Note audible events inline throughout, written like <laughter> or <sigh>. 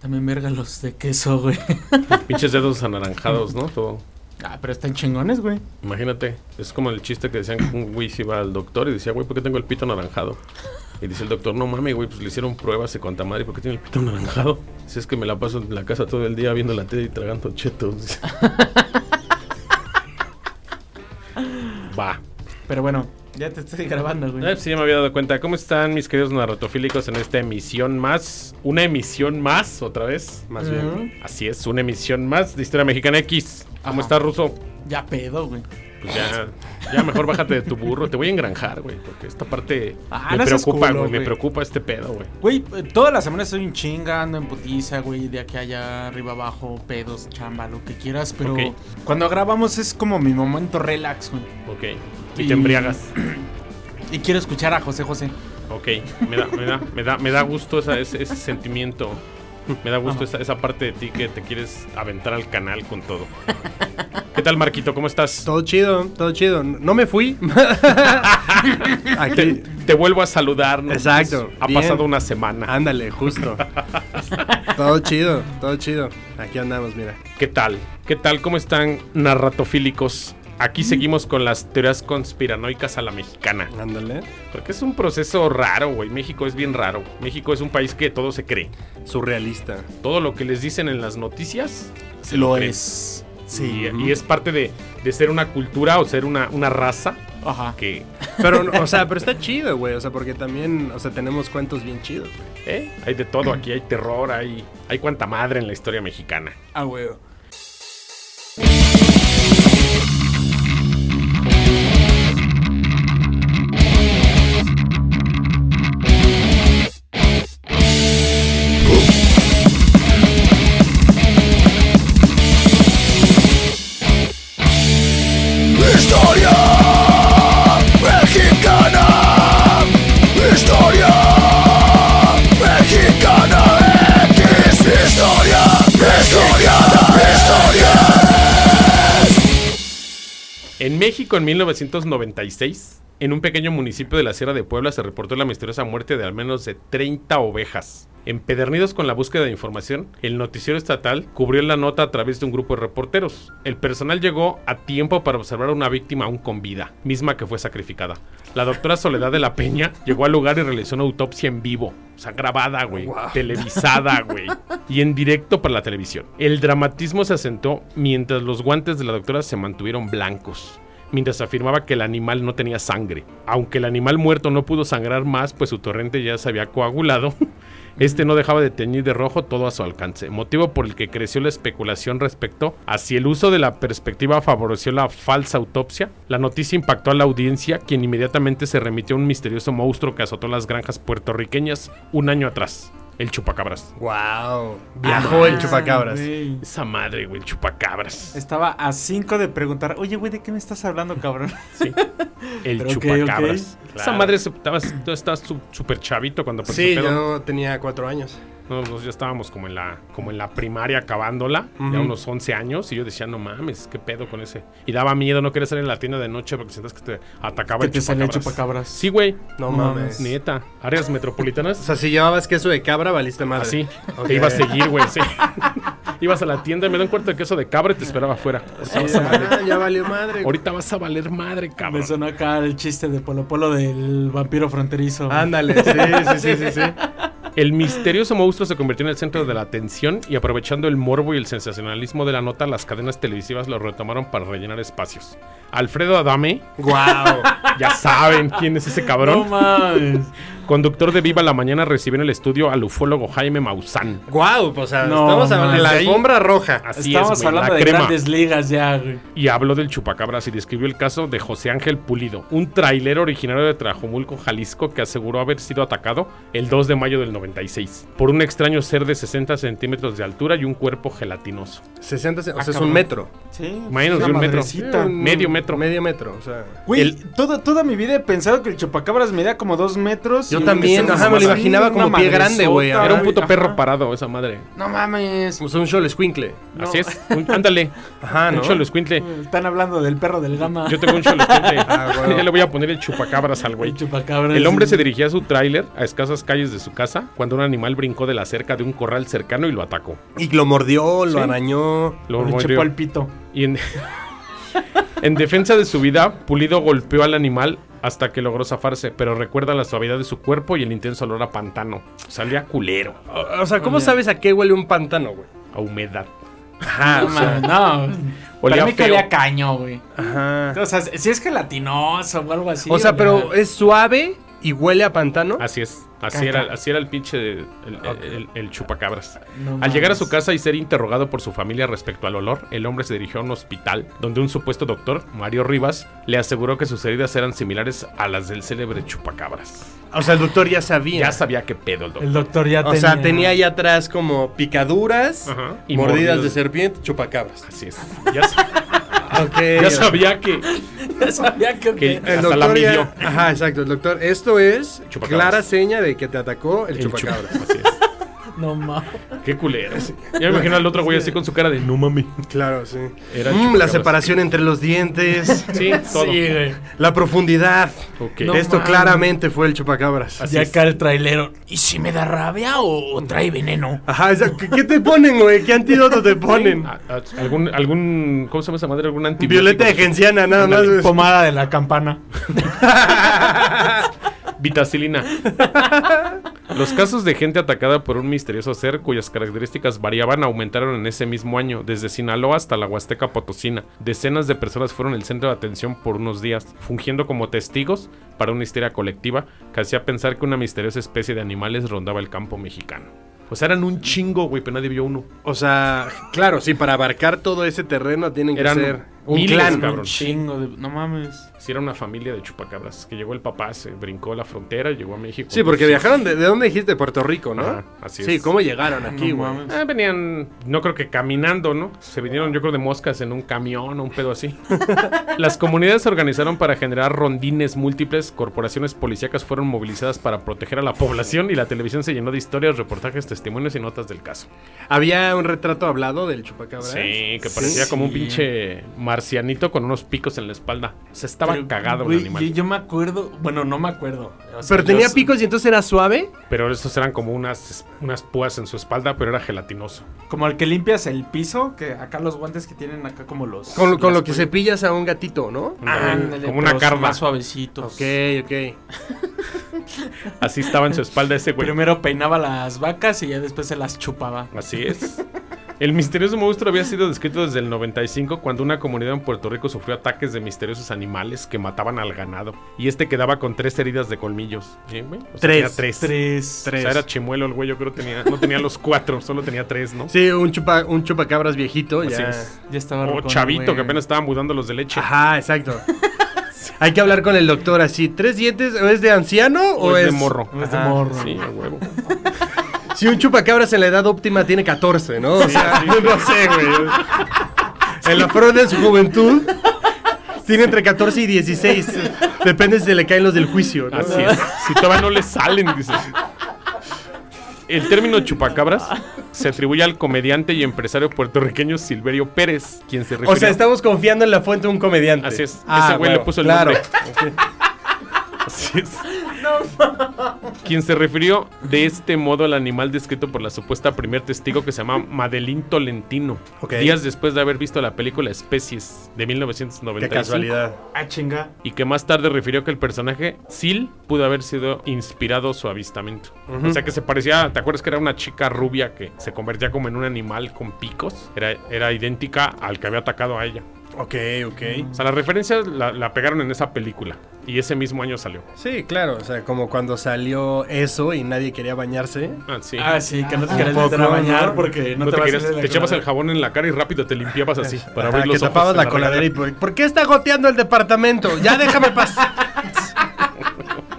También verga los de queso, güey. Pinches dedos anaranjados, ¿no? Todo. Ah, pero están chingones, güey. Imagínate, es como el chiste que decían que un güey se iba al doctor y decía, güey, ¿por qué tengo el pito anaranjado? Y dice el doctor, no mames, güey, pues le hicieron pruebas y cuanta madre, ¿por qué tiene el pito anaranjado? Si es que me la paso en la casa todo el día viendo la tele y tragando chetos. Va. Pero bueno, ya te estoy grabando, Ah, güey. sí, ya me había dado cuenta. ¿Cómo están mis queridos narratofílicos en esta emisión más? Una emisión más, otra vez. Más Ujú. bien. Así es, una emisión más de Historia Mexicana X. ¿Cómo Ajá. está, Ruso? Ya pedo, güey. Pues ya, ya mejor bájate de tu burro. Te voy a engranjar, güey, porque esta parte Ah, me no seas preocupa, culo, güey. Me güey. preocupa este pedo, güey. Güey, eh, toda la semana estoy en chinga, ando en putiza, güey, de aquí a allá, arriba abajo, pedos, chamba, lo que quieras, pero Ok. cuando grabamos es como mi momento relax, güey. Ok. Y, Y- te embriagas. Y quiero escuchar a José José. Ok. Me da, me da, me da, me da gusto esa- ese, ese sentimiento. Me da gusto esa, esa parte de ti que te quieres aventar al canal con todo. ¿Qué tal, Marquito? ¿Cómo estás? Todo chido, todo chido. No me fui. Te, <laughs> Aquí. te vuelvo a saludar. ¿no? Exacto, Ha bien. Ah. pasado una semana. Ándale, justo. Todo chido, todo chido. Aquí andamos, mira. ¿Qué tal? ¿Qué tal? ¿Cómo están, narratofílicos? Mm. Aquí seguimos con las teorías conspiranoicas a la mexicana. Ándale. Porque es un proceso raro, güey. México es bien raro. México es un país que todo se cree. Surrealista. Todo lo que les dicen en las noticias se lo, lo creen. es. Y, Sí. y es parte de, de ser una cultura o ser una, una raza Ajá. que... Pero, no, o sea, pero está chido, güey. O sea, porque también, o sea, tenemos cuentos bien chidos. güey. ¿eh? Hay de todo aquí. Hay terror, hay, hay cuanta madre en la historia mexicana. Ah, güey. Historia mexicana. Historia mexicana X. Historia mexicana. Historia. En México, en 1996, en un pequeño municipio de la Sierra de Puebla se reportó la misteriosa muerte de al menos de 30 ovejas. Empedernidos con la búsqueda de información, el noticiero estatal cubrió la nota a través de un grupo de reporteros. El personal llegó a tiempo para observar a una víctima aún con vida, misma que fue sacrificada. La doctora Soledad de la Peña llegó al lugar y realizó una autopsia en vivo. O sea, grabada, güey. Televisada, güey. Y en directo para la televisión. El dramatismo se asentó mientras los guantes de la doctora se mantuvieron blancos. Mientras afirmaba que el animal no tenía sangre. Aunque el animal muerto no pudo sangrar más, pues su torrente ya se había coagulado. <laughs> Este no dejaba de teñir de rojo todo a su alcance, motivo por el que creció la especulación respecto a si el uso de la perspectiva favoreció la falsa autopsia. La noticia impactó a la audiencia, quien inmediatamente se remitió a un misterioso monstruo que azotó las granjas puertorriqueñas un año atrás, el chupacabras. Wow. Viajó el chupacabras. Ah, güey. Esa madre, güey, el chupacabras. Estaba a cinco de preguntar, oye, güey, ¿de qué me estás hablando, cabrón? Sí, el Pero ok, chupacabras. ok. Esa Claro. madre estaba estabas su- súper chavito cuando pasó Sí, el pedo. yo tenía cuatro años. Nosotros pues ya estábamos como en la, como en la primaria acabándola, ya Ujú. unos 11 años, y yo decía, no mames, qué pedo con ese. Y daba miedo, no quería salir en la tienda de noche porque sentías que te atacaba Que el te salía el chupacabras. chupacabras. Pues Sí, güey. No, No mames. Neta. <laughs> Áreas O metropolitanas. sea, si llevabas queso de cabra, valiste madre. Así. Ok. Te iba a seguir, güey. Sí. <laughs> Ibas a la tienda, me da un cuarto de queso de cabra y te esperaba afuera. Sí, ah, ya valió madre. güey. Ahorita vas a valer madre, cabrón. Me sonó acá el chiste de Polo Polo del vampiro fronterizo. güey. Ándale, sí, sí, sí, sí, sí. El misterioso monstruo se convirtió en el centro de la atención y aprovechando el morbo y el sensacionalismo de la nota, las cadenas televisivas lo retomaron para rellenar espacios. Alfredo Adame, Wow. ya saben quién es ese No cabrón, mames. conductor de Viva la Mañana recibió en el estudio al ufólogo Jaime Maussan. Wow, pues, o sea, No, estamos hablando de la mames. alfombra roja. <laughs> Así Estamos es, güey, hablando la de crema. grandes ligas ya, güey. Y habló del chupacabras y describió el caso de José Ángel Pulido, un trailero originario de Trajomulco, Jalisco, que aseguró haber sido atacado el 2 de mayo del 96 por un extraño ser de 60 centímetros de altura y un cuerpo gelatinoso. 60, o sea, es cabrón. un metro. Sí. Menos de un metro. madrecita. Medio metro. Medio metro, o sea. Güey, El- toda, toda mi vida he pensado que el chupacabras medía como dos metros. Yo y también, empezó a ajá, me lo mamar. imaginaba como Una pie grande, güey, madresota, Era un puto ajá. perro Pues, parado, esa madre. No mames. O sea, Pues, un show escuincle. No. Así es. un- ándale. Ajá, Un Ah, ¿no? cholo escuincle. Están hablando del perro <laughs> del gama. Yo tengo un cholo escuincle. Ah, bueno. Ya le voy a poner el chupacabras al güey. El chupacabras. El hombre se dirigía a su tráiler a escasas calles de su casa cuando un animal brincó de la cerca de un corral cercano y lo atacó. Y lo mordió, lo Sí. arañó. Lo Le mordió. chupó el pito. Y en, <laughs> en defensa de su vida, Pulido golpeó al animal hasta que logró zafarse, pero recuerda la suavidad de su cuerpo y el intenso olor a pantano. Salía culero, O, o sea, ¿cómo sabes a qué huele un pantano, güey? a humedad. Ajá, No o sea, mames, no. Olía Para mí que feo. Ah. olía a caño, güey. ajá. O sea, si es gelatinoso o algo así. O sea, olía- pero es suave y huele a pantano. Así es, así Caca. era, así era el pinche de- el, el- el- el chupacabras. No Al mames. llegar a su casa y ser interrogado por su familia respecto al olor, el hombre se dirigió a un hospital donde un supuesto doctor, Mario Rivas, le aseguró que sus heridas eran similares a las del célebre chupacabras. O sea, el doctor ya sabía. Ya sabía qué pedo el doctor. El doctor ya o tenía. sea, tenía ahí atrás como picaduras, Ajá. y Y mordidas mordidas. de serpiente, chupacabras. Así es. Ya, <laughs> sa- Ok. ya sabía que <laughs> Ya sabía que. que El hasta doctor la ya- midió. Ajá, exacto. El doctor, esto es Chupacabras. clara seña de que te atacó el, El chupacabras. chupa- así es. No mames. Qué culero. Ya me imagino al otro güey así con su cara de no mami. Claro, sí. Era el Mm, la chupacabras. separación entre los dientes, <laughs> Sí, todo. Sí, güey. la profundidad. Ok. No esto mames. claramente fue el chupacabras. Así Ya es. acá el trailero. ¿Y si me da rabia o, o trae veneno? Ajá, exacto. ¿Qué, qué te ponen, güey? ¿Qué antídoto te ponen? A- a- Ah, algún, algún, ¿cómo se llama esa madre? Algún antibiótico. Violeta de genciana, nada más. Ándale. güey. Pomada de la campana. <laughs> Vitacilina. Los casos de gente atacada por un misterioso ser cuyas características variaban aumentaron en ese mismo año, desde Sinaloa hasta la Huasteca Potosina. Decenas de personas fueron el centro de atención por unos días, fungiendo como testigos para una histeria colectiva que hacía pensar que una misteriosa especie de animales rondaba el campo mexicano. O sea, eran un chingo, güey, pero nadie vio uno. O sea, claro, sí, para abarcar todo ese terreno tienen que Eran ser un miles, clan. cabrón. Chingo de. No mames. Si era una familia de chupacabras, que llegó el papá, se brincó la frontera, llegó a México. Sí, porque viajaron de, ¿de dónde dijiste? De Puerto Rico, ¿no? Ajá, así sí, es. ¿cómo llegaron aquí, No güey? mames. Ah, venían, no creo que caminando, ¿no? Se vinieron, yo creo, de moscas en un camión o un pedo así. Las comunidades se organizaron para generar rondines múltiples, corporaciones policíacas fueron movilizadas para proteger a la población y la televisión se llenó de historias, reportajes, testimonios y notas del caso. Había un retrato hablado del chupacabras. Sí, que parecía Sí. como un pinche marcianito con unos picos en la espalda. Se estaba Pero, cagado güey, el animal. Yo, yo me acuerdo. Bueno, no me acuerdo. O sea, Pero tenía yo- picos y entonces era suave. Pero estos eran como unas, unas púas en su espalda, pero era gelatinoso. Como el que limpias el piso, que acá los guantes que tienen acá como los. Con, lo- con las lo que pul- cepillas a un gatito, ¿no? Ándale, como una pero carne. Más suavecitos. Ok, ok. Así estaba en su espalda ese güey. Primero peinaba las vacas y ya después se las chupaba. Así es. El misterioso monstruo había sido descrito desde el 95 cuando una comunidad en Puerto Rico sufrió ataques de misteriosos animales que mataban al ganado. Y este quedaba con tres heridas de colmillos. ¿Eh, güey? O sea, Tres. tenía tres. Tres. O sea, era chimuelo el güey, yo creo tenía, no tenía los cuatro, solo tenía tres, ¿no? Sí, un, chupa, un chupacabras viejito. Así Ya. es. Ya estaba O rucón, chavito, güey. que apenas estaban mudando los de leche. <laughs> Ajá, exacto. Hay que hablar con el doctor así. ¿Tres dientes? ¿O es de anciano o, o es de morro. No es de Ajá, morro. Sí, a huevo. Si un chupacabras en la edad óptima tiene 14, ¿no? O sea, <laughs> no sé, güey. En la flor de su juventud tiene entre 14 y 16. Depende si se le caen los del juicio, ¿no? Así es. Si todavía no le salen, dices. El término chupacabras se atribuye al comediante y empresario puertorriqueño Silverio Pérez, quien se refirió O sea, estamos confiando en la fuente de un comediante. Así es. Ah, Ese güey bueno, le puso el claro. nombre. Así es. Quien se refirió de este modo al animal descrito por la supuesta primer testigo que se llama Madeline Tolentino. Ok. Días después de haber visto la película Especies de 1995. Qué casualidad. Ah, chinga. Y que más tarde refirió que el personaje Sil pudo haber sido inspirado su avistamiento. O sea que se parecía, ¿te acuerdas que era una chica rubia que se convertía como en un animal con picos? Era, era idéntica al que había atacado a ella. Ok, ok. O sea, las referencias la, la pegaron en esa película y ese mismo año salió. Sí, claro. O sea, como cuando salió eso y nadie quería bañarse. Ah, sí. Ah, sí, que no te Ah, querías un meter a poco, bañar ¿no? porque no, No te, vas a querías- hacer de la te echabas el coladera. jabón en la cara y rápido te limpiabas así para abrir Ajá, los que ojos tapabas en la coladera y regadera. por, ¿por qué está goteando el <laughs> departamento? Ya déjame pasar.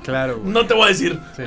claro. güey. No te voy a decir. Sí.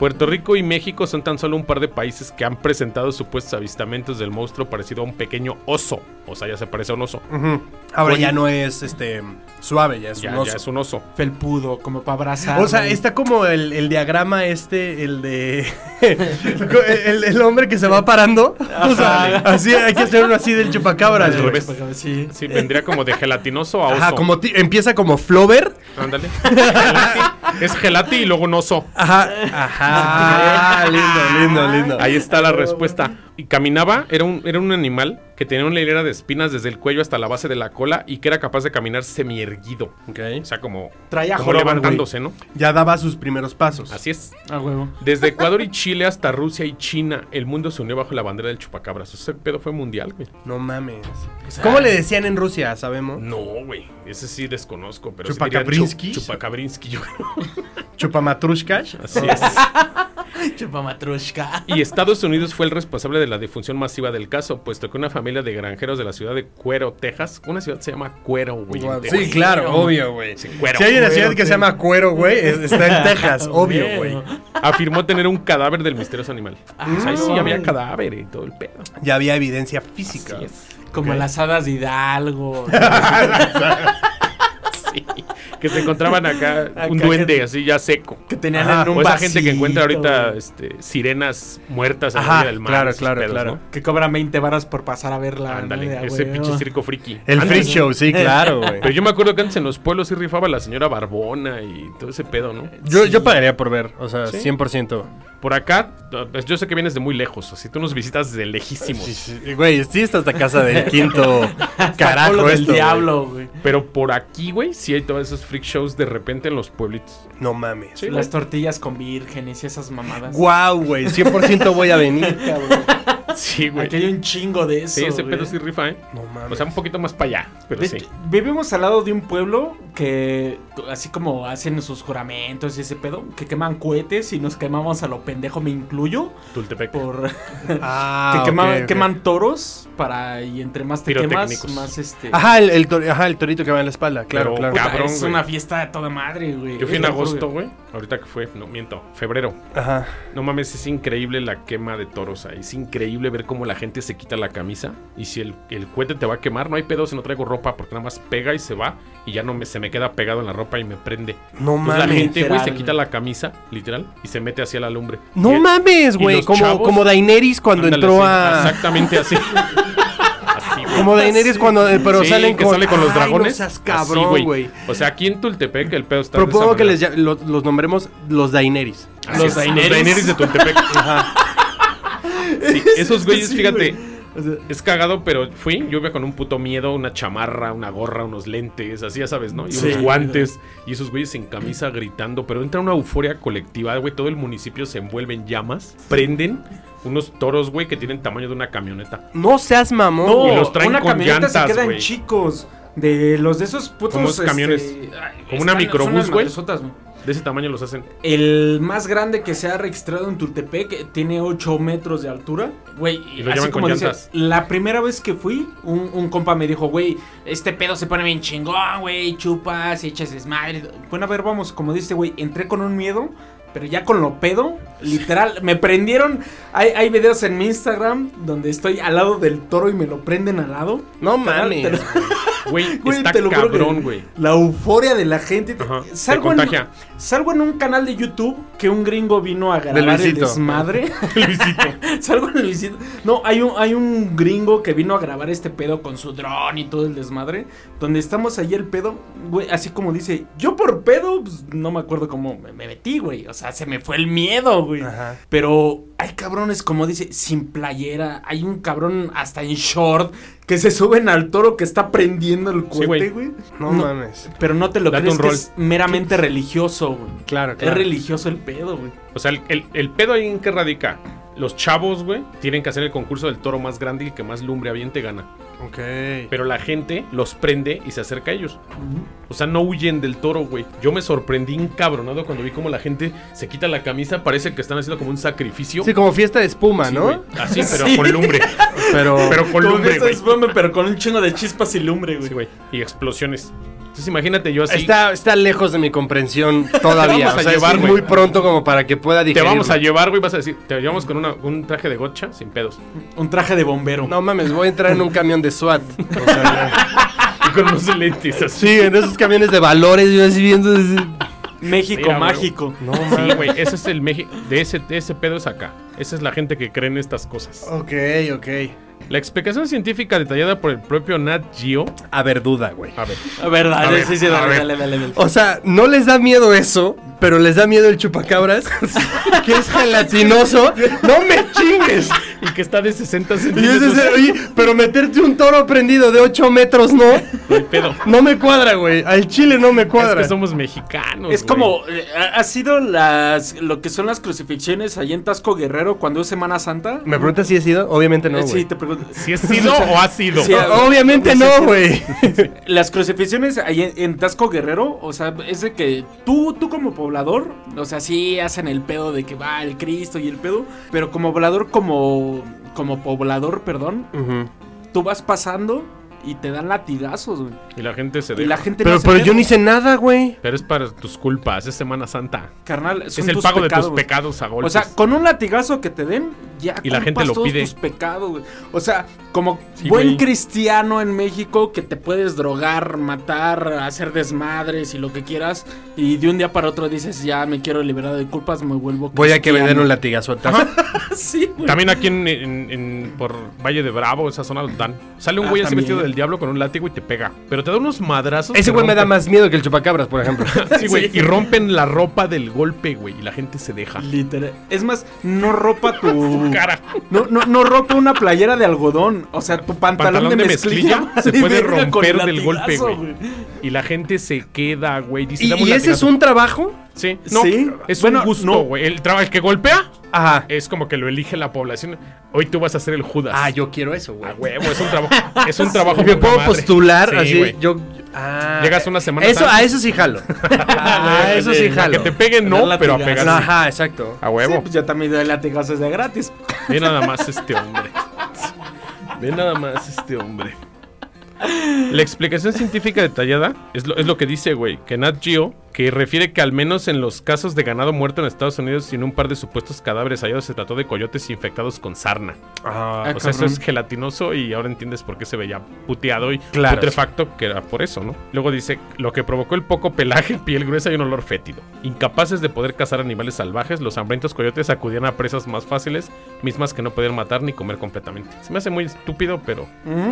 Puerto Rico y México son tan solo un par de países que han presentado supuestos avistamientos del monstruo parecido a un pequeño oso. O sea, ya se parece a un oso. Ujú. Ahora Oye. ya no es este suave, ya es Ya, un oso. ya es un oso. Felpudo, como para abrazar. O sea, güey. está como el, el diagrama este, el de... <laughs> el, el hombre que se va parando. <laughs> O sea, así hay que hacer uno así del chupacabras, Al güey. revés. Sí. Sí, vendría como de gelatinoso a oso. Ajá, como ti- empieza como Flover. Ándale. Gelati- es gelati y luego un oso. Ajá. <laughs> Ajá. Ah, lindo, lindo, lindo. Ahí está la respuesta. Y caminaba, era un, era un animal que tenía una hilera de espinas desde el cuello hasta la base de la cola y que era capaz de caminar semierguido. O sea, como, Traía como joroba, levantándose, ¿no? Ya daba sus primeros pasos. Así es. A huevo. Desde Ecuador y Chile hasta Rusia y China, el mundo se unió bajo la bandera del chupacabras. Ese pedo fue mundial, güey. No mames. ¿Cómo le decían en Rusia, sabemos? No, güey. Ese sí desconozco, pero ¿Chupacabrinsky? Sí Chupacabrinsky, yo <laughs> creo. Chupamatrushkash. Así es. Chupamatrushka. Y Estados Unidos fue el responsable de la difusión masiva del caso, puesto que una familia de granjeros de la ciudad de Cuero, Texas, una ciudad se llama Cuero, güey. en Texas. Sí, claro, obvio, güey. cuero. Si hay una Cuero, ciudad que se llama Cuero, güey, es- está <laughs> en Texas, obvio, Bueno. güey. afirmó tener un cadáver del misterioso animal. O sea, ahí sí no. había cadáver y todo el pedo. Ya había evidencia física. Así es. Como Ok. las hadas de <laughs> Hidalgo. Sí. Que se encontraban acá un Acá duende gente- así ya seco. que tenían Ajá, en un O esa vasito, gente que encuentra ahorita güey, este, sirenas muertas en Ajá, la orilla del mar. claro, esos claro, claro. ¿no? Que cobran 20 varas por pasar a verla. Ándale, ¿no? De a ese huevo. pinche circo friki. El Ándale. freak show, sí, claro, güey. Pero yo me acuerdo que antes en los pueblos sí rifaba la señora Barbona y todo ese pedo, ¿no? Yo, yo pagaría por ver, o sea, ¿Sí? 100%. Por acá, pues, yo sé que vienes de muy lejos, así tú nos visitas de lejísimos. Sí, sí, Güey, sí está hasta casa <laughs> del quinto Carajo, carajo del esto, güey. diablo, güey. Pero por aquí, güey, sí hay todos esos freak shows de repente en los pueblitos. No mames. Sí, Las tortillas con vírgenes y esas mamadas. Guau, güey, 100% voy a venir, cabrón. Sí, güey. Aquí hay un chingo de eso. Sí, ese güey. pedo sí rifa, ¿eh? No mames. O sea, un poquito más para allá, pero De sí. hecho, vivimos al lado de un pueblo que, así como hacen sus juramentos y ese pedo, que queman cohetes y nos quemamos a lo pendejo, me incluyo, Tultepec. por <laughs> Ah, que ok, quema- ok. queman toros para, y entre más te quemas, Pirotécnicos. más este... Ajá, el, el tor- ajá, el torito que va en la espalda, claro, Pero, claro. puta, cabrón, es güey. una fiesta de toda madre, güey. Yo fui en Te lo juro, agosto, güey. güey. Ahorita que fue, no miento, febrero. Ajá. No mames, es increíble la quema de toros ahí. Es increíble ver cómo la gente se quita la camisa. Y si el, el cohete te va a quemar, no hay pedo si no traigo ropa, porque nada más pega y se va. Y ya no me, se me queda pegado en la ropa y me prende. No Entonces Pues la mames. gente, güey, se literal, quita güey. la camisa, literal, y se mete hacia la lumbre. No Y- mames, y güey. los Como, chavos- como Daenerys cuando Ándale, entró sí, a. Exactamente <laughs> así. así, güey. Como Daenerys cuando. eh, Pero Sí, salen que con. sale con los Ay, no dragones. seas así, cabrón, güey. O sea, aquí en Tultepec el pedo está. de esa Propongo que manera. les ya- lo- los, nombremos los Daenerys. Así Los es, Daenerys. de <laughs> Tultepec. <laughs> Sí, esos güeyes, Sí, fíjate, O sea, es cagado, pero fui. Yo iba con un puto miedo, una chamarra, una gorra, unos lentes, así ya sabes, ¿no? Y Sí. unos guantes. Y esos güeyes en camisa gritando, pero entra una euforia colectiva, güey. Todo el municipio se envuelve en llamas, prenden unos toros, güey, que tienen tamaño de una camioneta. No seas mamón. No, Y los traen una con camioneta llantas, se quedan güey. chicos. De los de esos putos. Como esos este, camiones. ay, Como una están- son microbús, unas güey. madresotas, güey. De ese tamaño los hacen. El más grande que se ha registrado en Tultepec eh, tiene 8 metros de altura. Güey, Y lo llevan con dices, llantas. la primera vez que fui, un, un compa me dijo, güey, este pedo se pone bien chingón, güey, chupas, echas desmadre. Bueno, a ver, vamos, como dice, güey, entré con un miedo, pero ya con lo pedo, literal, me prendieron. Hay, hay videos en mi Instagram donde estoy al lado del toro y me lo prenden al lado. No Literal, mames. te lo- Güey, Güey, está te lo juro que cabrón, güey. La euforia de la gente. Ajá, te salgo, contagia. En, salgo en un canal de YouTube que un gringo vino a grabar el Luisito. desmadre. Luisito. <laughs> salgo en Luisito. No, hay un, hay un gringo que vino a grabar este pedo con su dron y todo el desmadre. Donde estamos ahí el pedo, güey, así como dice, yo por pedo, pues, no me acuerdo cómo me, me metí, güey. O sea, se me fue el miedo, güey. Ajá. Pero hay cabrones, como dice, sin playera. Hay un cabrón hasta en short que se suben al toro que está prendiendo el Sí, cohete, güey. güey. No mames. Pero no te lo Date crees un que rol. es meramente religioso, güey. Claro, Es claro. religioso el pedo, güey. O sea, el, el- el pedo ahí en que radica. Los chavos, güey, tienen que hacer el concurso del toro más grande y el que más lumbre aviente gana. Ok. Pero la gente los prende y se acerca a ellos. O sea, no huyen del toro, güey. Yo me sorprendí encabronado cuando vi cómo la gente se quita la camisa. Parece que están haciendo como un sacrificio. Sí, como fiesta de espuma, Sí, güey. ¿no? <laughs> Así, pero Sí. con lumbre. Pero. Pero con Como lumbre, que güey. estás, mame, pero con un chingo de chispas y lumbre, güey. Sí, güey. Y explosiones. Entonces imagínate yo así. Está, está lejos de <laughs> mi comprensión todavía. vamos a o sea, es llevar, güey. muy pronto como para que pueda Te digerirlo. vamos a llevar, güey, vas a decir, te llevamos con una- un traje de gocha sin pedos. Un traje de bombero. No mames, voy a entrar en un camión de SWAT. O sea, Y con unos <laughs> lentes así. sí, en esos camiones de valores, yo así viendo. así. México Mira, mágico. <laughs> No, sí, güey, ese es el México. De ese, de ese pedo es acá. Esa es la gente que cree en estas cosas. Ok, ok. La explicación científica detallada por el propio Nat Geo. A ver, duda, güey. A ver, Verdad, A ver, sí, sí, a dale, ver. dale, dale, dale. O sea, no les da miedo eso, pero les da miedo el <laughs> chupacabras, que es gelatinoso. ¡No me chingues! y que está de 60 Y yo centímetros. decía, oye, pero meterte un toro prendido de 8 metros, no. No hay pedo. No me cuadra, güey. Al chile no me Es cuadra. que somos mexicanos. Es Pues, güey. como, eh, ha ha sido las, lo que son las crucifixiones allá en Tasco Guerrero cuando es Semana Santa. ¿Me preguntas si he sido? Obviamente no, Eh, sí, güey. te pregunto. Si es sido o ha sido. Sí, O- Obviamente no, güey. Las crucifixiones ahí en, en Tasco Guerrero, o sea, es de que tú, tú como poblador, o sea, sí hacen el pedo de que va el Cristo y el pedo, pero como poblador, como, como poblador, perdón, tú vas pasando y te dan latigazos, güey. Y la gente se Y la deja. gente Pero, hace pero pedo. yo no hice nada, güey. Pero es para tus culpas, es Semana Santa. Carnal, son es el tus pago de tus güey. pecados a O golpes. sea, con un latigazo que te den, ya Y la culpas gente lo todos pide. tus pecados, güey. O sea, como Sí, buen güey. cristiano en México que te puedes drogar, matar, hacer desmadres y lo que quieras, y de un día para otro dices, ya me quiero liberar de culpas, me vuelvo Voy a que cristiano". vender un latigazo al tazo. <laughs> sí, güey. También aquí en, en- en- por Valle de Bravo, esa zona lo dan. Sale un Ah, güey así también. vestido del diablo con un látigo y te pega. Pero te da unos madrazos. Ese que güey me da rompen- más miedo que el chupacabras, por <laughs> ejemplo. Sí, güey. Sí. Y rompen la ropa del golpe, güey. Y la gente se deja. Literal. Es más, no ropa <laughs> tu. Ah. Cara. No, no, no ropa una playera de algodón. O sea, tu pantalón, Pantalón de de mezclilla, <laughs> mezclilla se vale puede verga con romper del golpe, latigazo, güey. Y la gente se queda, güey. Dice, ¿Y, "Dame un y ese es latigazo". un trabajo? Sí. No, Sí. Es Bueno, un gusto, no. güey. El trabajo que golpea Ajá. es como que lo elige la población. Hoy tú vas a ser el Judas. Ah, yo quiero eso, güey. Ah, A huevo, es un trabajo. Es un trabajo. <laughs> Me con puedo madre. postular Sí, <laughs> así. güey. Yo. Ah. Llegas una semana Eso, antes. a eso sí <laughs> jalo. Ah, a eso sí A Que jalo. Ah, te Ah, peguen, Dar no, latigazos. pero a pegar. sí. Ajá, exacto. A Sí, huevo. pues yo también doy latigazos de gratis. Ve nada más este hombre. Ve nada más este hombre. La explicación científica detallada es lo, es lo que dice, güey, que Nat Geo, que refiere que al menos en los casos de ganado muerto en Estados Unidos y en un par de supuestos cadáveres hallados se trató de coyotes infectados con sarna. Ah, o sea, eso cabrón. es gelatinoso y ahora entiendes por qué se veía puteado y Claro. putrefacto, que era por eso, ¿no? Luego dice, lo que provocó el poco pelaje, <laughs> piel gruesa y un olor fétido. Incapaces de poder cazar animales salvajes, los hambrientos coyotes acudían a presas más fáciles, mismas que no podían matar ni comer completamente. Se me hace muy estúpido, pero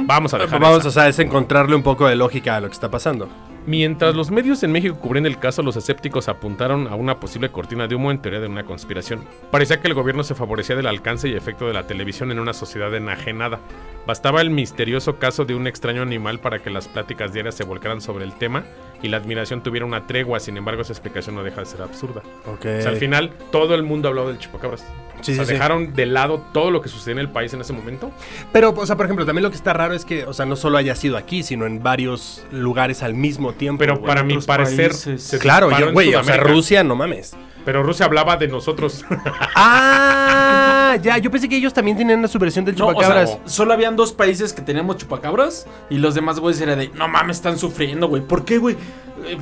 vamos a dejar Vamos, esa. o sea, es encontrarle un poco de lógica a lo que está pasando. Mientras los medios en México cubrían el caso, los escépticos apuntaron a una posible cortina de humo en teoría de una conspiración. Parecía que el gobierno se favorecía del alcance y efecto de la televisión en una sociedad enajenada. Bastaba el misterioso caso de un extraño animal para que las pláticas diarias se volcaran sobre el tema y la admiración tuviera una tregua, sin embargo esa explicación no deja de ser absurda. Ok. O sea, al final todo el mundo habló del chupacabras. Eh. Sí, o sea, sí, sí. dejaron de lado todo lo que sucedió en el país en ese momento. Pero, o sea, por ejemplo, también lo que está raro es que, o sea, no solo haya sido aquí, sino en varios lugares al mismo tiempo. Pero güey. para mi otros parecer, países. Claro, disparó yo, en güey, o sea, Sudamérica. Rusia, no mames. Pero Rusia hablaba de <laughs> nosotros. ¡Ah! Ya, yo pensé que ellos también tenían una subversión del No, o sea, chupacabras. solo habían dos países que teníamos chupacabras y los demás güeyes era de, no mames, están sufriendo, güey. ¿Por qué, güey? Eh, eh,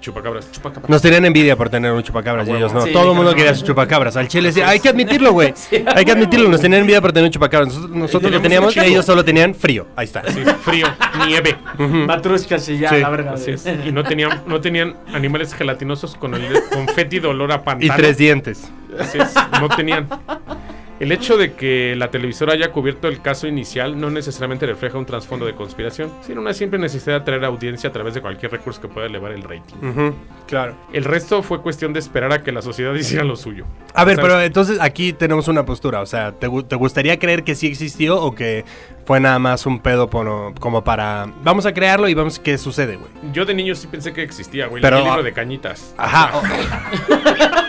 chupacabras. chupacabras. Nos tenían envidia por tener un chupacabras y ellos no. Sí, Todo el mundo cabrón. quería sus chupacabras. Al chile, sí, hay que admitirlo, güey. Hay que admitirlo. Nos tenían envidia por tener un chupacabras. Nosotros, nosotros lo Teníamos teníamos y un chingo. ellos solo tenían frío. Ahí está. Sí, frío, nieve. Matrushkas y ya, Sí, la verga. Así güey. <laughs> es. Y no tenían, no tenían animales gelatinosos con el con fétido olor a Y pantano. tres dientes. Así es, no tenían. El hecho de que la televisora haya cubierto el caso inicial no necesariamente refleja un trasfondo de conspiración, sino una simple necesidad de atraer audiencia a través de cualquier recurso que pueda elevar el rating. Claro. El resto fue cuestión de esperar a que la sociedad <laughs> hiciera lo suyo. A ver, ¿Sabes? pero entonces aquí tenemos una postura. O sea, ¿te, gu- te gustaría creer que sí existió o que fue nada más un pedo pono- como para. Vamos a crearlo y vamos qué sucede, güey? Yo de niño sí pensé que existía, güey. Pero- ah. el libro de cañitas. Ajá. o- <laughs>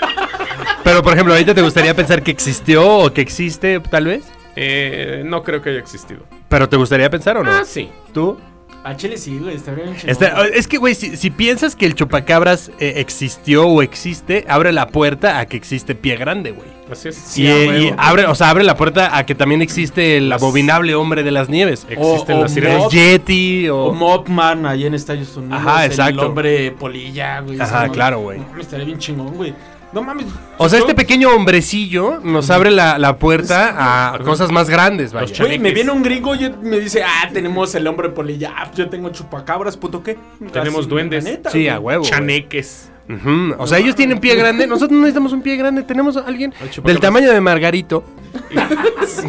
pero por ejemplo, ahorita te gustaría pensar que existió o que existe, tal vez. Eh, no creo que haya existido. Pero te gustaría pensar o no? Ah, sí. ¿Tú? A Chile sí, güey, estaría bien chingón. Está- es que, güey, si, si piensas que el chupacabras eh, existió o existe, abre la puerta a que existe pie grande, güey. Así es. Y, y abre, o sea, abre la puerta a que también existe el abominable hombre de las nieves. Existen o las El sirenas. Mob. Yeti o... O Mobman allá en Estados Unidos. Ajá, El exacto. hombre polilla, güey. Ajá, claro, güey. No mames, estaría bien chingón, güey. No mames. O sea, este pequeño hombrecillo nos abre la, la puerta a cosas más grandes, vaya. Los Güey, me viene un gringo y me dice, ah, tenemos el hombre polilla. Ah, yo tengo chupacabras, puto, ¿qué? Tenemos Así, duendes. la neta, Sí, güey. a huevo. güey. Chaneques. Ujú. O sea, ellos tienen pie grande. Nosotros no necesitamos un pie grande. Tenemos a alguien del tamaño de Margarito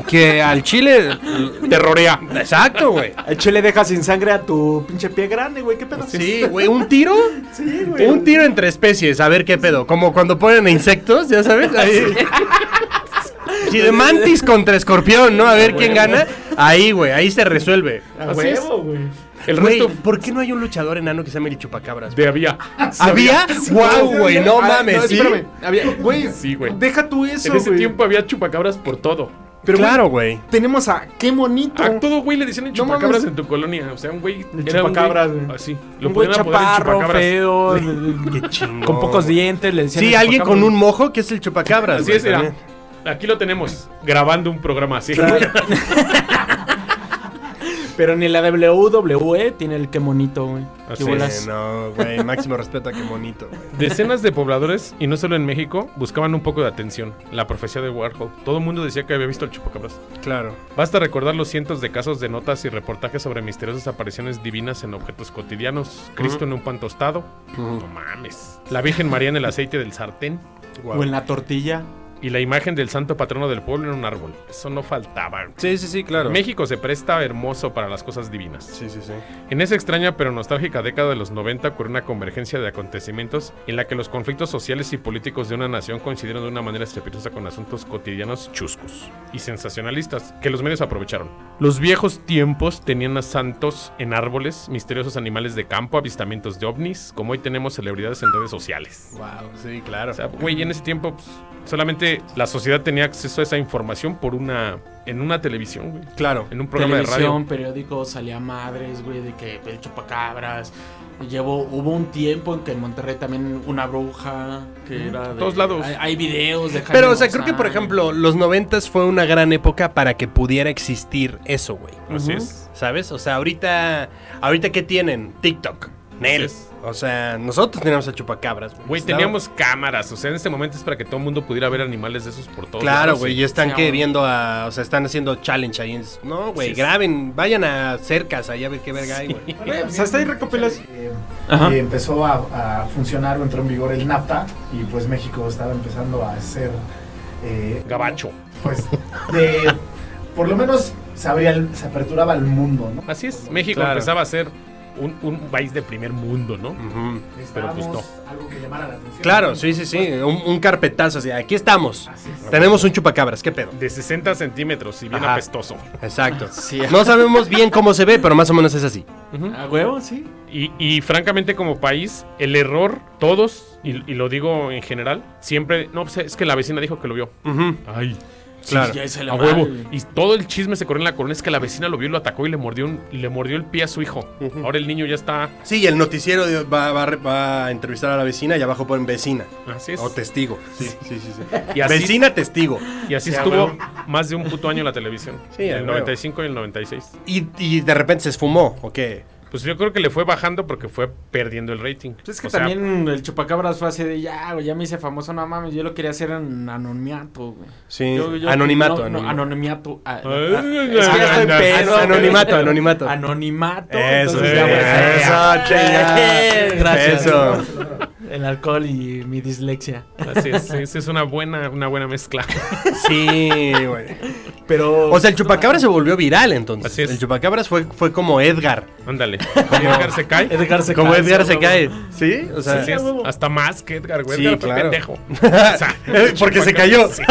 que al chile. Terrorea. Exacto, güey. Al chile deja sin sangre a tu pinche pie grande, güey. ¿Qué pedo? Sí, güey. ¿Un tiro? Sí, güey. Un tiro entre especies. A ver qué pedo. Como cuando ponen insectos, ya sabes. Ahí. Sí, de mantis contra escorpión, ¿no? A ver quién gana. Ahí, güey. Ahí se resuelve. A Así es. huevo, güey. El Güey, resto ¿por qué no hay un luchador enano que se llame el chupacabras? <laughs> de había. ¿Había? ¡Wow, güey! No Ah, mames, sí. espérame. Había- Güey, Sí, güey. deja tú eso, En ese güey. tiempo había chupacabras por todo. Pero, güey, Claro, güey. tenemos a qué monito. A todo güey le decían el No mames. chupacabras en tu colonia. O sea, un güey. El era un chupacabras, güey güey. Así. Lo Lo güey podían apodar el chaparro, chupacabras. <laughs> feo, de- de- Qué chingón. con pocos dientes, le decían. Sí, el alguien con chupacabras. un mojo que es el chupacabras. Así es, güey, era. también. Aquí lo tenemos, grabando un programa así. Pero ni la WWE tiene el qué monito, güey. Así Qué es. bolas. Sí, no, güey, máximo respeto a qué bonito, güey. <laughs> Decenas de pobladores, y no solo en México, buscaban un poco de atención. La profecía de Warhol. Todo el mundo decía que había visto el chupacabras. Claro. Basta recordar los cientos de casos de notas y reportajes sobre misteriosas apariciones divinas en objetos cotidianos. Cristo en un pan tostado. No mames. La Virgen María en el aceite del sartén. O en la tortilla. Y la imagen del santo patrono del pueblo en un árbol. Eso no faltaba. Sí, sí, sí, claro. México se presta hermoso para las cosas divinas. Sí, sí, sí. En esa extraña pero nostálgica década de los 90 ocurrió una convergencia de acontecimientos en la que los conflictos sociales y políticos de una nación coincidieron de una manera estrepitosa con asuntos cotidianos chuscos y sensacionalistas que los medios aprovecharon. Los viejos tiempos tenían a santos en árboles, misteriosos animales de campo, avistamientos de ovnis, como hoy tenemos celebridades en redes sociales. Wow, sí, claro. O sea, güey, en ese tiempo pues, solamente la sociedad tenía acceso a esa información por una en una televisión, güey. claro. En un programa de radio. Televisión, periódico, salía madres, güey, de que el chupacabras. Llevó, hubo un tiempo en que en Monterrey también una bruja que era de todos lados. Hay, hay videos de Pero, Jaime o sea, creo que, por Maussan. ejemplo, los noventas fue una gran época para que pudiera existir eso, güey. Así Ujú. es. ¿Sabes? O sea, ahorita... ¿Ahorita qué tienen? TikTok. Nel. Así es. O sea, nosotros teníamos a chupacabras, güey. Güey, Estaba- teníamos cámaras, o sea, en ese momento es para que todo el mundo pudiera ver animales de esos por todos Claro, lados, güey, y- y están Sí, que güey. viendo a, o sea, están haciendo challenge ahí. en- No, güey, es. graben, vayan a cercas ahí a ver qué verga hay, güey. Güey, pues hasta hay recopilaciones. Eh, Ajá. y empezó a, a funcionar o entró en vigor el NAFTA y pues México estaba empezando a ser eh, Gabacho. pues de por lo menos se, abría el- se aperturaba al mundo ¿no? Así es, México Claro. empezaba a ser un, un país de primer mundo, ¿no? Ujú. Pero, pues, no. Necesitábamos algo que llamara la atención Claro, sí, sí, sí, un, un carpetazo así. Aquí estamos. Así es. Tenemos un chupacabras, qué pedo. De 60 centímetros y bien Ajá. apestoso. Exacto. Sí. No sabemos bien cómo se ve, pero más o menos es así. A huevo, sí. Y, y francamente, como país, el error, todos, y, y lo digo en general, siempre, no, pues es que la vecina dijo que lo vio. Ujú, Ay, Claro. ya se la a huevo. madre. Y todo el chisme se corrió en la corona, es que la vecina lo vio, lo atacó y le mordió, un- y le mordió el pie a su hijo. Ahora el niño ya está... Sí, y el noticiero de- va, va a re- va a entrevistar a la vecina y abajo ponen vecina. Así es. O testigo. Sí, sí, sí. sí. Y así- Vecina, testigo. Y así Sí, a estuvo huevo. más de un puto año la televisión. Sí, a el huevo. 95 y el 96. Y, y de repente se esfumó, ¿o qué? Pues yo creo que le fue bajando porque fue perdiendo el rating. Pues es que O sea, también el chupacabras fue así de ya, güey, ya me hice famoso, no mames, yo lo quería hacer en anonimato, güey. Sí, Yo- yo- anonimato. no, no, anonimato. anonimato. a- Ay, a- es que ya estoy anda, pedo, güey. anonimato, anonimato. Anonimato. Eso, entonces ya, eh, güey. eso, Ah, chinga. Gracias. Eso. El alcohol y mi dislexia. Así es, sí, sí, es una buena, una buena <laughs> mezcla. Sí, güey. Pero. O sea, el chupacabras se volvió viral entonces. Así es. El chupacabras fue, fue como Edgar. Ándale. Edgar se cae. Edgar se Como cae, Edgar se ¿no? cae. ¿Sí? O sea, Así es, hasta más que Edgar, güey. Sí, Edgar fue claro. <laughs> pendejo. O sea, el Porque se chupacabra- cayó. sí.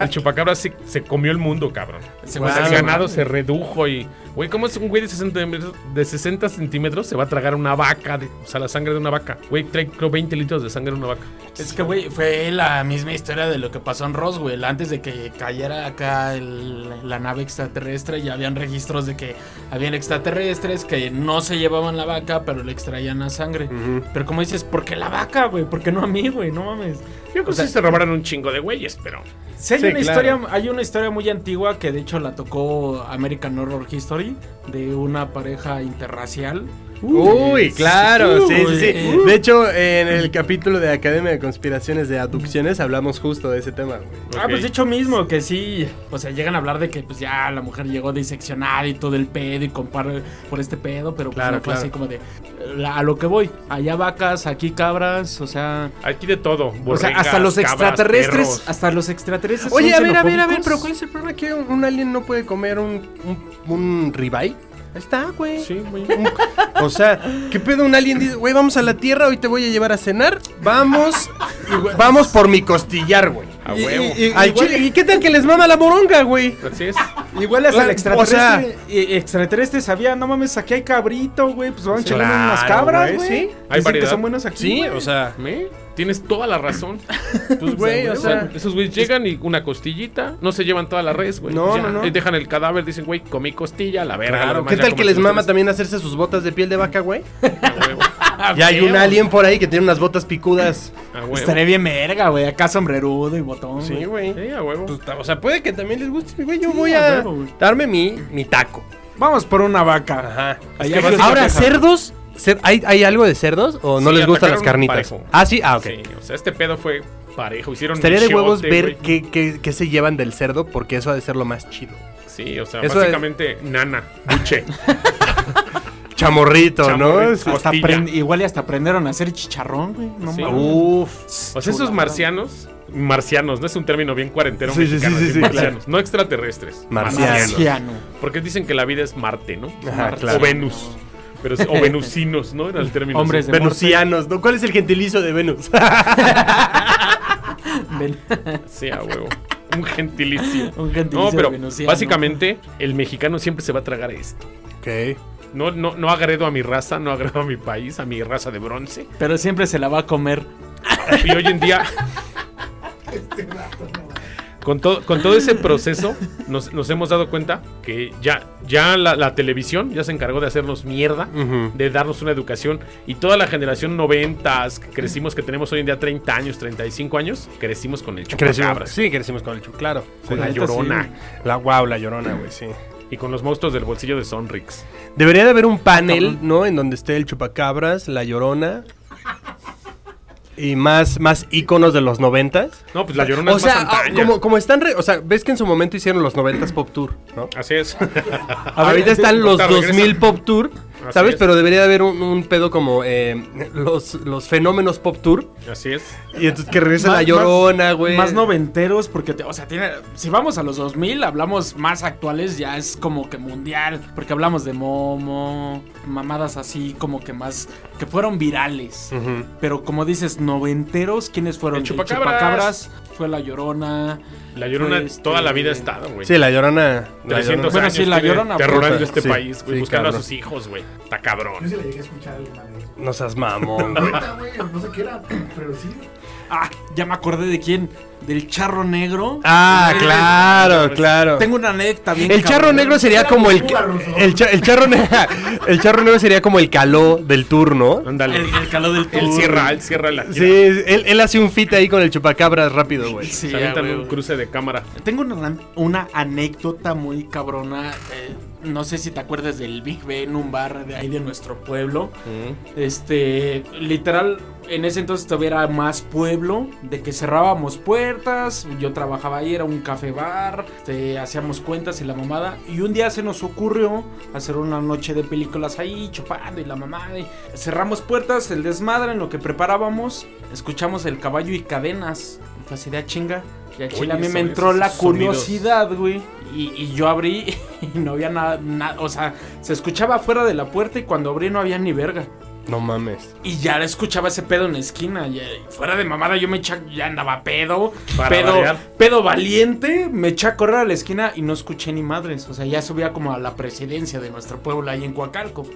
El chupacabra sí, se comió el mundo, cabrón. Se O sea, pasa el el ganado se redujo y... Güey, ¿cómo es un güey de 60, metros- de 60 centímetros se va a tragar una vaca? de- o sea, la sangre de una vaca. Güey, trae creo 20 litros de sangre de una vaca. Es que, güey, fue la misma historia de lo que pasó en Roswell. Antes de que cayera acá el- la nave extraterrestre, ya habían registros de que habían extraterrestres que no se llevaban la vaca, pero le extraían la sangre. Mm. Pero como dices, ¿por qué la vaca, güey? ¿Por qué no a mí, güey? No mames. Yo creo O que sea, sí se robaron un chingo de güeyes, pero. Sí, hay, Sí, una claro. historia, hay una historia muy antigua que de hecho la tocó American Horror History de una pareja interracial. Uy, Sí, claro, sí, sí, güey. sí. De hecho, en el capítulo de Academia de Conspiraciones de Aducciones hablamos justo de ese tema, güey. Ah, pues Ok. de hecho mismo, que sí, o sea, llegan a hablar de que pues ya la mujer llegó diseccionada y todo el pedo y compara por este pedo, pero pues Claro, no fue claro. así como de eh, a lo que voy, allá vacas, aquí cabras, o sea, Aquí de todo. o sea, borregas, hasta los cabras, extraterrestres, perros. hasta los extraterrestres. Oye, son a ver, a ver, a ver, xenofóbicos. pero ¿cuál es el problema que un, un alien no puede comer un, un, un ribeye? Ahí está, güey. Sí, güey. O sea, ¿qué pedo un alien dice, güey, vamos a la Tierra, hoy te voy a llevar a cenar? Vamos, y, güey, vamos por mi costillar, güey. A Y- huevo. Y, y- al chile, ¿y qué tal que les mama la moronga, güey? Así es. Igual hasta el O extraterrestre, eh, extraterrestre sabía, no mames, aquí hay cabrito, güey, pues van chingando Claro, unas cabras, güey, güey. sí. Hay Dicen que variedad. son buenos aquí. Sí, güey. o sea, ¿Me? Tienes toda la razón. pues güey, o O sea, sea, esos güeyes llegan y una costillita, no se llevan toda la res, güey. No, Ya. no, no. Eh, Dejan el cadáver, dicen, güey, comí costilla, la verga. lo claro, demás ¿qué ya tal que les cómete mama ustedes. también hacerse sus botas de piel de vaca, güey? <laughs> A huevo. Ya hay un alien Pues, por ahí que tiene unas <laughs> botas picudas. A huevo. Estaría bien verga, güey, acá sombrerudo y botón. güey. güey. Sí, a huevo. Pues, ta- o sea, puede que también les guste, güey. Yo Sí, voy a a huevo, güey. darme mi, mi taco. Vamos por una vaca. Ajá. Ahí que hay- vas a- Ahora, Deja. cerdos. cer- ¿hay, hay algo de cerdos o no Sí, les gustan las atacaron carnitas? parejo. Ah, sí, ah, ok. Sí, o sea, este pedo fue parejo. Hicieron Estaría de michote, huevos ver güey. qué, qué- qué se llevan del cerdo porque eso ha de ser lo más chido. Sí, o sea, Eso básicamente nana, buche. Chamorrito, Chamorrito. ¿no? Sí. Hasta Costilla. aprend- igual y hasta aprendieron a hacer chicharrón, güey. No Sí. mames. Uh, Uf. O sea, esos Chulada. marcianos, marcianos, no es un término bien cuarentero Sí, sí, mexicano, sí, sí, sí, sí, marcianos, no extraterrestres. Marcianos. Marciano. Porque dicen que la vida es Marte, ¿no? Ajá, O claro. Venus. Pero es- <laughs> o venusinos, ¿no? Era el término. Hombres Sí. de- Venusianos, ¿no? ¿Cuál es el gentilizo de Venus? <laughs> Ven- Sí, a huevo. Un gentilicio. <laughs> Un gentilicio No, de pero venusiano. básicamente el mexicano siempre se va a tragar esto. ok. No, no, no agredo a mi raza, no agredo a mi país, a mi raza de bronce. Pero siempre se la va a comer. Y hoy en día. Este Con todo, con todo ese proceso, nos, nos hemos dado cuenta que ya, ya la, la televisión ya se encargó de hacernos mierda, Ujú. de darnos una educación. Y toda la generación 90 que crecimos, que tenemos hoy en día 30 años, 35 años, crecimos con el chupacabras. Sí, crecimos con el chup, claro. Con la neta, llorona. sí. La guau, la llorona, güey, sí. Y con los monstruos del bolsillo de Sonrix. Debería de haber un panel, ¿no? En donde esté el chupacabras, la llorona. Y más, más íconos de los noventas. No, pues la llorona o es sea, ah, más antaña. como, como están... re- o sea, ves que en su momento hicieron los noventas Pop Tour, ¿no? Así es. <laughs> Ahorita están los ahorita regresa. 2000 Pop Tour, Así ¿sabes? es. Pero debería de haber un, un pedo como eh, los, los fenómenos Pop Tour. Así es. Y entonces que regrese Más- la llorona, güey. Más noventeros, porque, te- o sea, tiene. Si vamos a los 2000, hablamos más actuales, ya es como que mundial. Porque hablamos de Momo, mamadas así, como que más. que fueron virales. Ujú. Pero como dices, noventeros, ¿quiénes fueron? El De Chupacabras. Chupacabras, Fue La Llorona. La llorona fue este- toda la vida ha estado, güey. Sí, la llorona. la 300 llorona. Bueno, años sí, la tiene llorona, terrorando puta. este Sí, país, güey, sí, buscando a cabrón. sus hijos, güey. Está Yo cabrón. sí la llegué a escuchar alguna vez. No seas mamón, güey. Puta, güey, No sé qué era, pero sí. Ah, ya me acordé de quién. Del charro negro. <laughs> Ah, Eh, claro, claro. Tengo una anécdota bien. El charro cabrón. negro sería Era como el, cultura, Ruso. el, cha- el charro negro <laughs> el charro negro sería como el caló del turno. Ándale. El, el calor del Él tour. cierra, él cierra la Sí, gira. él, él hace un fit ahí con el chupacabras rápido, güey. Sí, Se ya, avientan güey, un güey. cruce de cámara. Tengo una, una anécdota muy cabrona. eh, no sé si te acuerdas del Big Ben, un bar de ahí de nuestro pueblo. Este, literal, en ese entonces todavía era más pueblo, de que cerrábamos puertas, yo trabajaba ahí, era un café bar, este, hacíamos cuentas y la mamada. Y un día se nos ocurrió hacer una noche de películas ahí, chupando y la mamada. y cerramos puertas, el desmadre en lo que preparábamos, escuchamos el caballo y cadenas. Y Fue así de "Ah, chinga. Y aquí Oye, a mí eso, me entró esos la sonidos. curiosidad, güey. Y, <laughs> y yo abrí y no había nada, nada, o sea, se escuchaba afuera de la puerta y cuando abrí no había ni verga. No mames. Y ya la escuchaba ese pedo en la esquina. ya- fuera de mamada, yo me echa, ya andaba pedo. Para pedo, variar. pedo valiente. Me eché a correr a la esquina y no escuché ni madres. O sea, ya subía como a la presidencia de nuestro pueblo ahí en Coacalco.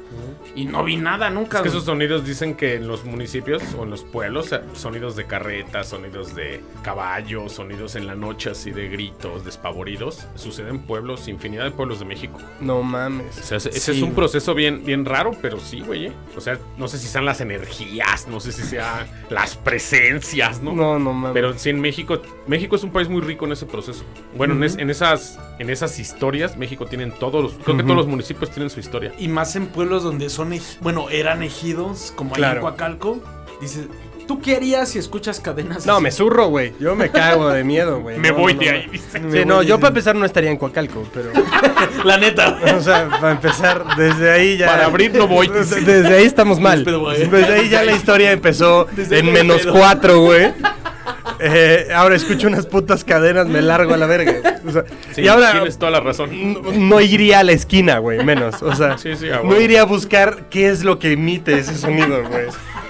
Y no vi nada nunca. Es que güey. esos sonidos dicen que en los municipios o en los pueblos, eh, sonidos de carretas, sonidos de caballos, sonidos en la noche así de gritos, despavoridos, suceden en pueblos, infinidad de pueblos de México. No O mames. sea, ese ese Sí, es un güey. proceso bien, bien raro, pero sí, güey. eh. O sea, no sé si sean las energías, no sé si sean las presencias, ¿no? No, no mames. Pero sí, en México, México es un país muy rico en ese proceso. Bueno, en, es- en esas, en esas historias, México tienen todos los, creo que Ujú. todos los municipios tienen su historia. Y más en pueblos donde son, ej- bueno, eran ejidos, como ahí Claro. en Coacalco. Dices, ¿tú qué harías si escuchas cadenas? No, me zurro, güey. Yo me cago de miedo, <laughs> güey. Me No, voy no, de no, ahí, no. dice. Sí, no, yo para empezar no estaría en Coacalco, pero. La neta. O sea, para empezar, desde ahí ya. Para abrir no voy, dice. Desde, desde ahí estamos mal. Pero, güey. Desde ahí ya la historia empezó Desde ahí en no hay menos pedo. cuatro, güey. Eh, ahora escucho unas putas cadenas, me largo a la verga. O sea, Sí, y ahora Mm, tienes toda la razón. no, no iría a la esquina, güey, menos. O sea, Sí, ah, sí, a no huevo. iría a buscar qué es lo que emite ese sonido, güey. <laughs>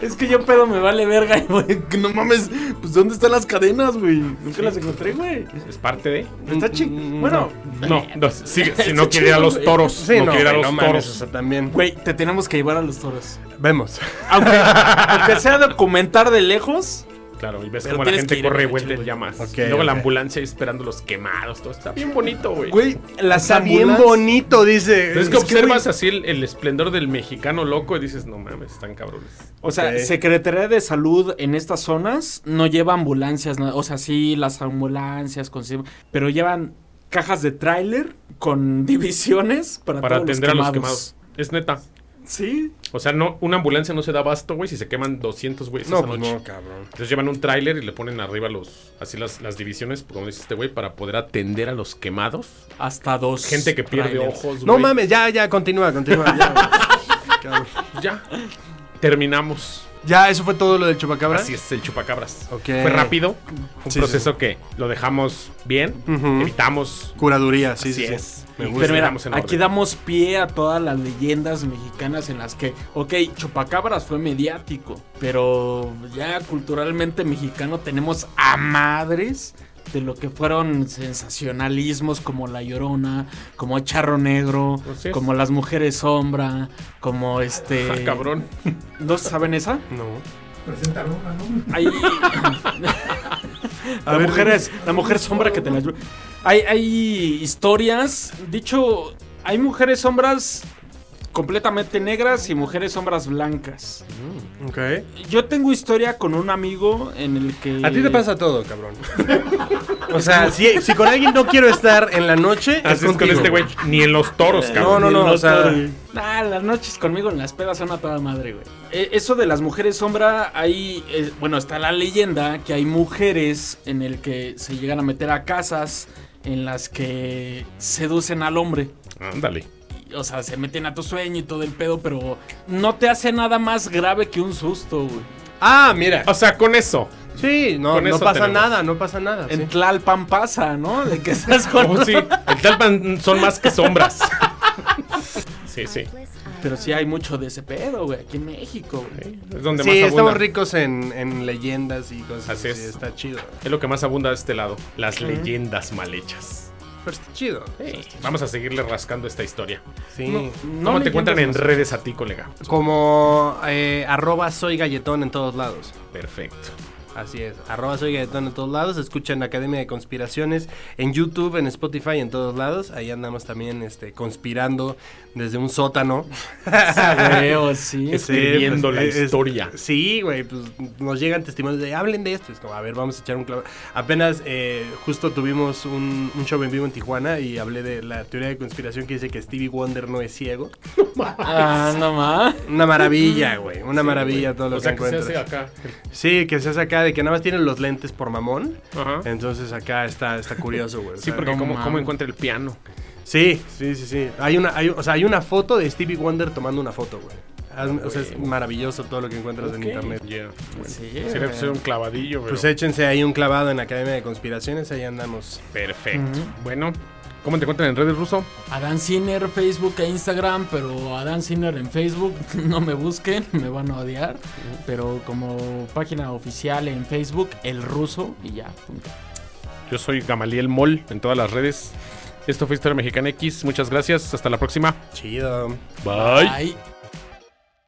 Es que yo pedo me vale verga, güey. que No mames, pues ¿dónde están las cadenas, güey? Nunca las encontré, güey. Es parte de. Está chi- Bueno, Mm, No, no, <laughs> sigue. Si no Está quiere ir a chido, los güey. toros. Sí, no, no, quiere ir a güey, los no mames, o toros. sea, también. güey, te tenemos que llevar a los <laughs> toros. Vemos. Ah, Aunque, aunque sea documentar de lejos, <laughs> Claro, y ves Ah, Pero cómo la tienes gente que ir, corre y güey, vuelve chido. llamas. Ok, Y luego la ok. ambulancia esperando los quemados. Todo está bien bonito, güey. güey, las Está bien ambulancias- bonito, dice. Entonces Es que observas güey, así el, el esplendor del mexicano loco y dices, no mames, están cabrones. O sea, Ok. Secretaría de Salud en estas zonas no lleva ambulancias, no- o sea, sí, las ambulancias, consiguen- pero llevan cajas de tráiler con <laughs> divisiones para, Para todos atender a los quemados. Es neta. Sí, O sea, no, una ambulancia no se da abasto, güey, si se queman 200 güeyes No, esa pues noche. no, cabrón. Entonces llevan un tráiler y le ponen arriba los, así las, las divisiones, como dice este güey, para poder atender a los quemados. hasta dos. Gente que pierde trailers. ojos, No güey. mames, ya, ya, continúa, continúa. <laughs> Ya, güey. Cabrón. Ya. Terminamos. Ya, eso fue todo lo del chupacabra. Así es el chupacabras. Ok. Fue rápido. Fue un Sí, proceso que lo dejamos bien, Ujú. evitamos. Curaduría, sí, Así sí. sí. es. Me gusta. Pero mira, Estamos en aquí orden. damos pie a todas las leyendas mexicanas en las que, ok, Chupacabras fue mediático, pero ya culturalmente mexicano tenemos a madres de lo que fueron sensacionalismos como La Llorona, como Charro Negro, Así es. como Las Mujeres Sombra, como este... Pues <laughs> Ah, cabrón. ¿No saben esa? No. Presentar una, <laughs> ¿no? Hay... la, ver, mujer es, la mujer sombra que te la... Hay, hay historias, dicho, hay mujeres sombras completamente negras y mujeres sombras blancas. Ok. Yo tengo historia con un amigo en el que... A ti te pasa todo, cabrón. o sea, <laughs> si, si con alguien no quiero estar en la noche, Así es con contigo, este güey. Ni en los toros, No, cabrón. no, no, o sea. Ah, las noches conmigo en las pedas son a toda madre, güey. Eh, eso de las mujeres sombra, hay, eh, bueno, está la leyenda que hay mujeres en el que se llegan a meter a casas en las que seducen al hombre. Ándale. Y, O sea, se meten a tu sueño y todo el pedo, pero no te hace nada más grave que un susto, güey. Ah, mira. O sea, con eso. Sí, no, Con no eso pasa tenemos. nada, no pasa nada. ¿Ah, sí. En Tlalpan pasa, ¿no? De <laughs> que estás con... Oh, sí. El Talpan son más que sombras. Sí, sí. Pero sí hay mucho de ese pedo, güey, aquí en México, güey. Es donde Sí, más abunda. estamos ricos en, en leyendas y cosas Así así. es. Está chido. Es lo que más abunda de este lado. Las leyendas mal hechas. Pero está chido. Vamos a seguirle rascando esta historia. Sí. No ¿Cómo te leyendas, encuentran en no sé. redes a ti, colega? Como eh, arroba soy galletón en todos lados. Perfecto. Así es. Arroba soy Gaetano en todos lados. Escuchan Academia de Conspiraciones en YouTube, en Spotify, en todos lados. Ahí andamos también este, conspirando desde un <laughs> sótano. <laughs> Veo, sí. <laughs> Es- Escribiendo la eh, es- historia. sí, güey. Pues nos llegan testimonios de hablen de esto. Es como, a ver, vamos a echar un clavo. Apenas eh, justo tuvimos un, un show en vivo en Tijuana y hablé de la teoría de conspiración que dice que Stevie Wonder no es ciego. Ah, no más. Una maravilla, güey. Una maravilla todo lo O sea, que, que se encuentras. hace acá. Sí, que se hace acá de que nada más tienen los lentes por mamón. Ajá. Entonces acá está, está curioso, <laughs> güey. O Sí, sea, porque no ¿cómo, mames. cómo encuentra el piano? Sí, sí, sí, sí. Hay una, hay, o sea, hay una foto de Stevie Wonder tomando una foto, güey. Hazme- O sea, es maravilloso todo lo que encuentras en internet. Yeah. Bueno, Sí, sí, güey. debe ser un eh. clavadillo, pero... Pues échense ahí un clavado en Academia de Conspiraciones, ahí andamos. Perfecto. Bueno, ¿Cómo te encuentran en redes ruso? Adán Ciner, Facebook e Instagram, pero Adán Ciner en Facebook, <laughs> no me busquen, me van a odiar. Pero como página oficial en Facebook, el ruso y ya. punto. Yo soy Gamaliel Mol en todas las redes. Esto fue Historia Mexicana X. Muchas gracias. Hasta la próxima. Chido. Bye. Ahí.